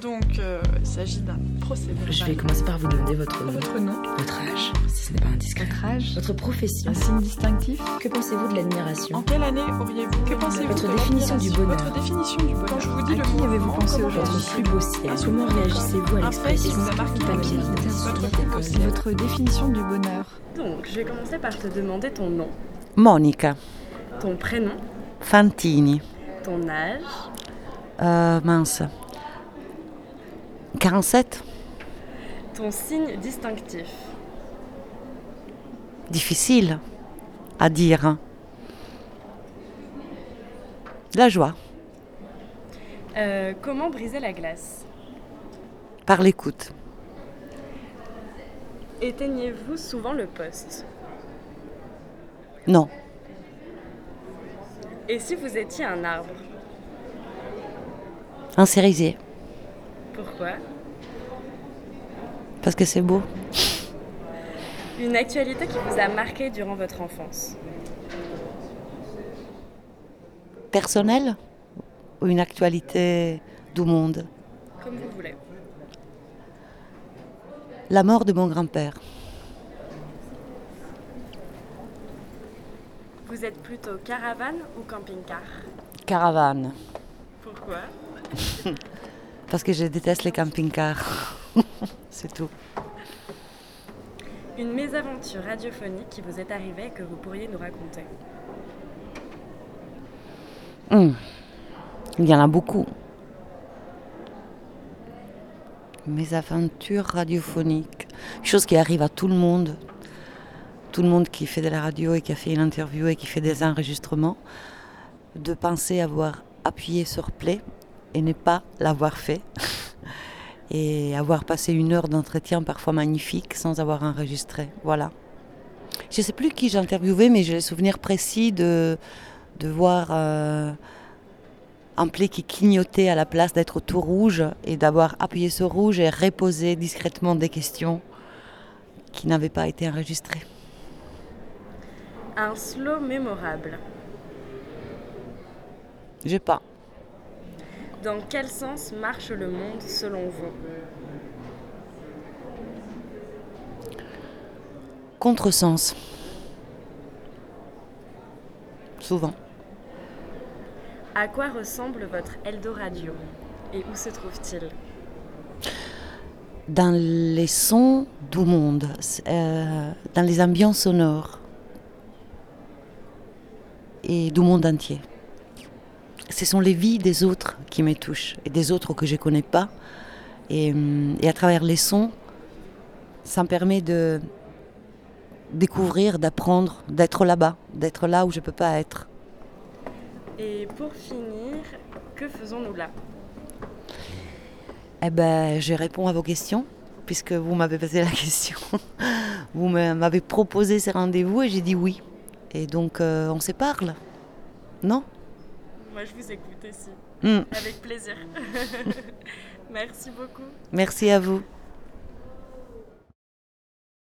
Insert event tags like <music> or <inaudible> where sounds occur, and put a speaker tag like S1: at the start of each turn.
S1: Donc, euh, il s'agit d'un procédé.
S2: Je vais
S1: verbal.
S2: commencer par vous demander votre,
S1: Votre nom,
S2: votre âge, si ce n'est pas indiscret.
S3: Votre âge
S2: Votre profession.
S3: Un signe distinctif
S2: Que pensez-vous de l'admiration
S1: en quelle année auriez-vous Que pensez-vous
S2: Votre
S1: de
S2: définition du
S1: l'admiration
S2: bonheur.
S1: Votre définition du bonheur. Quand je vous dis
S3: À
S1: le
S3: qui
S1: mot,
S3: avez-vous pensé
S1: comment
S3: aujourd'hui
S2: Votre plus beau ciel. Comment réagissez-vous à
S1: Un fait qui
S2: l'expression
S1: vous a marqué dans
S2: papier
S1: votre vie. Votre plus beau ciel.
S3: Votre définition du bonheur
S4: Donc, je vais commencer par te demander ton nom,
S5: Monica
S4: ton prénom,
S5: Fantini,
S4: ton âge,
S5: euh, mince, 47,
S4: ton signe distinctif,
S5: difficile à dire. hein. La joie,
S4: Euh, comment briser la glace.
S5: par l'écoute.
S4: Éteignez-vous souvent le poste
S5: Non,
S4: Et si vous étiez un arbre
S5: un cerisier,
S4: Pourquoi
S5: parce que c'est beau.
S4: Une actualité qui vous a marqué durant votre enfance
S5: Personnel ou une actualité du monde
S4: Comme vous voulez.
S5: La mort de mon grand-père.
S4: Vous êtes plutôt caravane ou camping-car
S5: Caravane,
S4: Pourquoi
S5: parce que je déteste les camping-cars. <laughs> c'est tout.
S4: Une mésaventure radiophonique qui vous est arrivée et que vous pourriez nous raconter.
S5: Hum, Il y en a beaucoup. Mes aventures radiophoniques. Chose qui arrive à tout le monde. Tout le monde qui fait de la radio et qui a fait une interview et qui fait des enregistrements. De penser avoir appuyé sur play et ne pas l'avoir fait. <laughs> Et avoir passé une heure d'entretien parfois magnifique sans avoir enregistré. Voilà. Je ne sais plus qui j'interviewais, mais j'ai le souvenir précis de, de voir euh, un play qui clignotait à la place d'être tout rouge et d'avoir appuyé sur rouge et reposé discrètement des questions qui n'avaient pas été enregistrées.
S4: Un slow mémorable.
S5: J'ai pas.
S4: Dans quel sens marche le monde selon vous
S5: Contresens. Souvent.
S4: À quoi ressemble votre Eldoradio Et où se trouve-t-il
S5: Dans les sons du monde, c'est, euh, dans les ambiances sonores et du monde entier. Ce sont les vies des autres qui me touchent et des autres que je ne connais pas. Et, hum, et à travers les sons, ça me permet de découvrir, d'apprendre, d'être là-bas, d'être là où je ne peux pas être.
S4: Et pour finir, que faisons-nous là
S5: Eh ben, je réponds à vos questions, puisque vous m'avez posé la <laughs> question. Vous me- m'avez proposé ces rendez-vous et j'ai dit oui. Et donc, euh, on se parle Non
S4: Moi, je vous écoute ici,
S5: Hmm.
S4: avec plaisir. <laughs> Merci beaucoup.
S5: Merci à vous.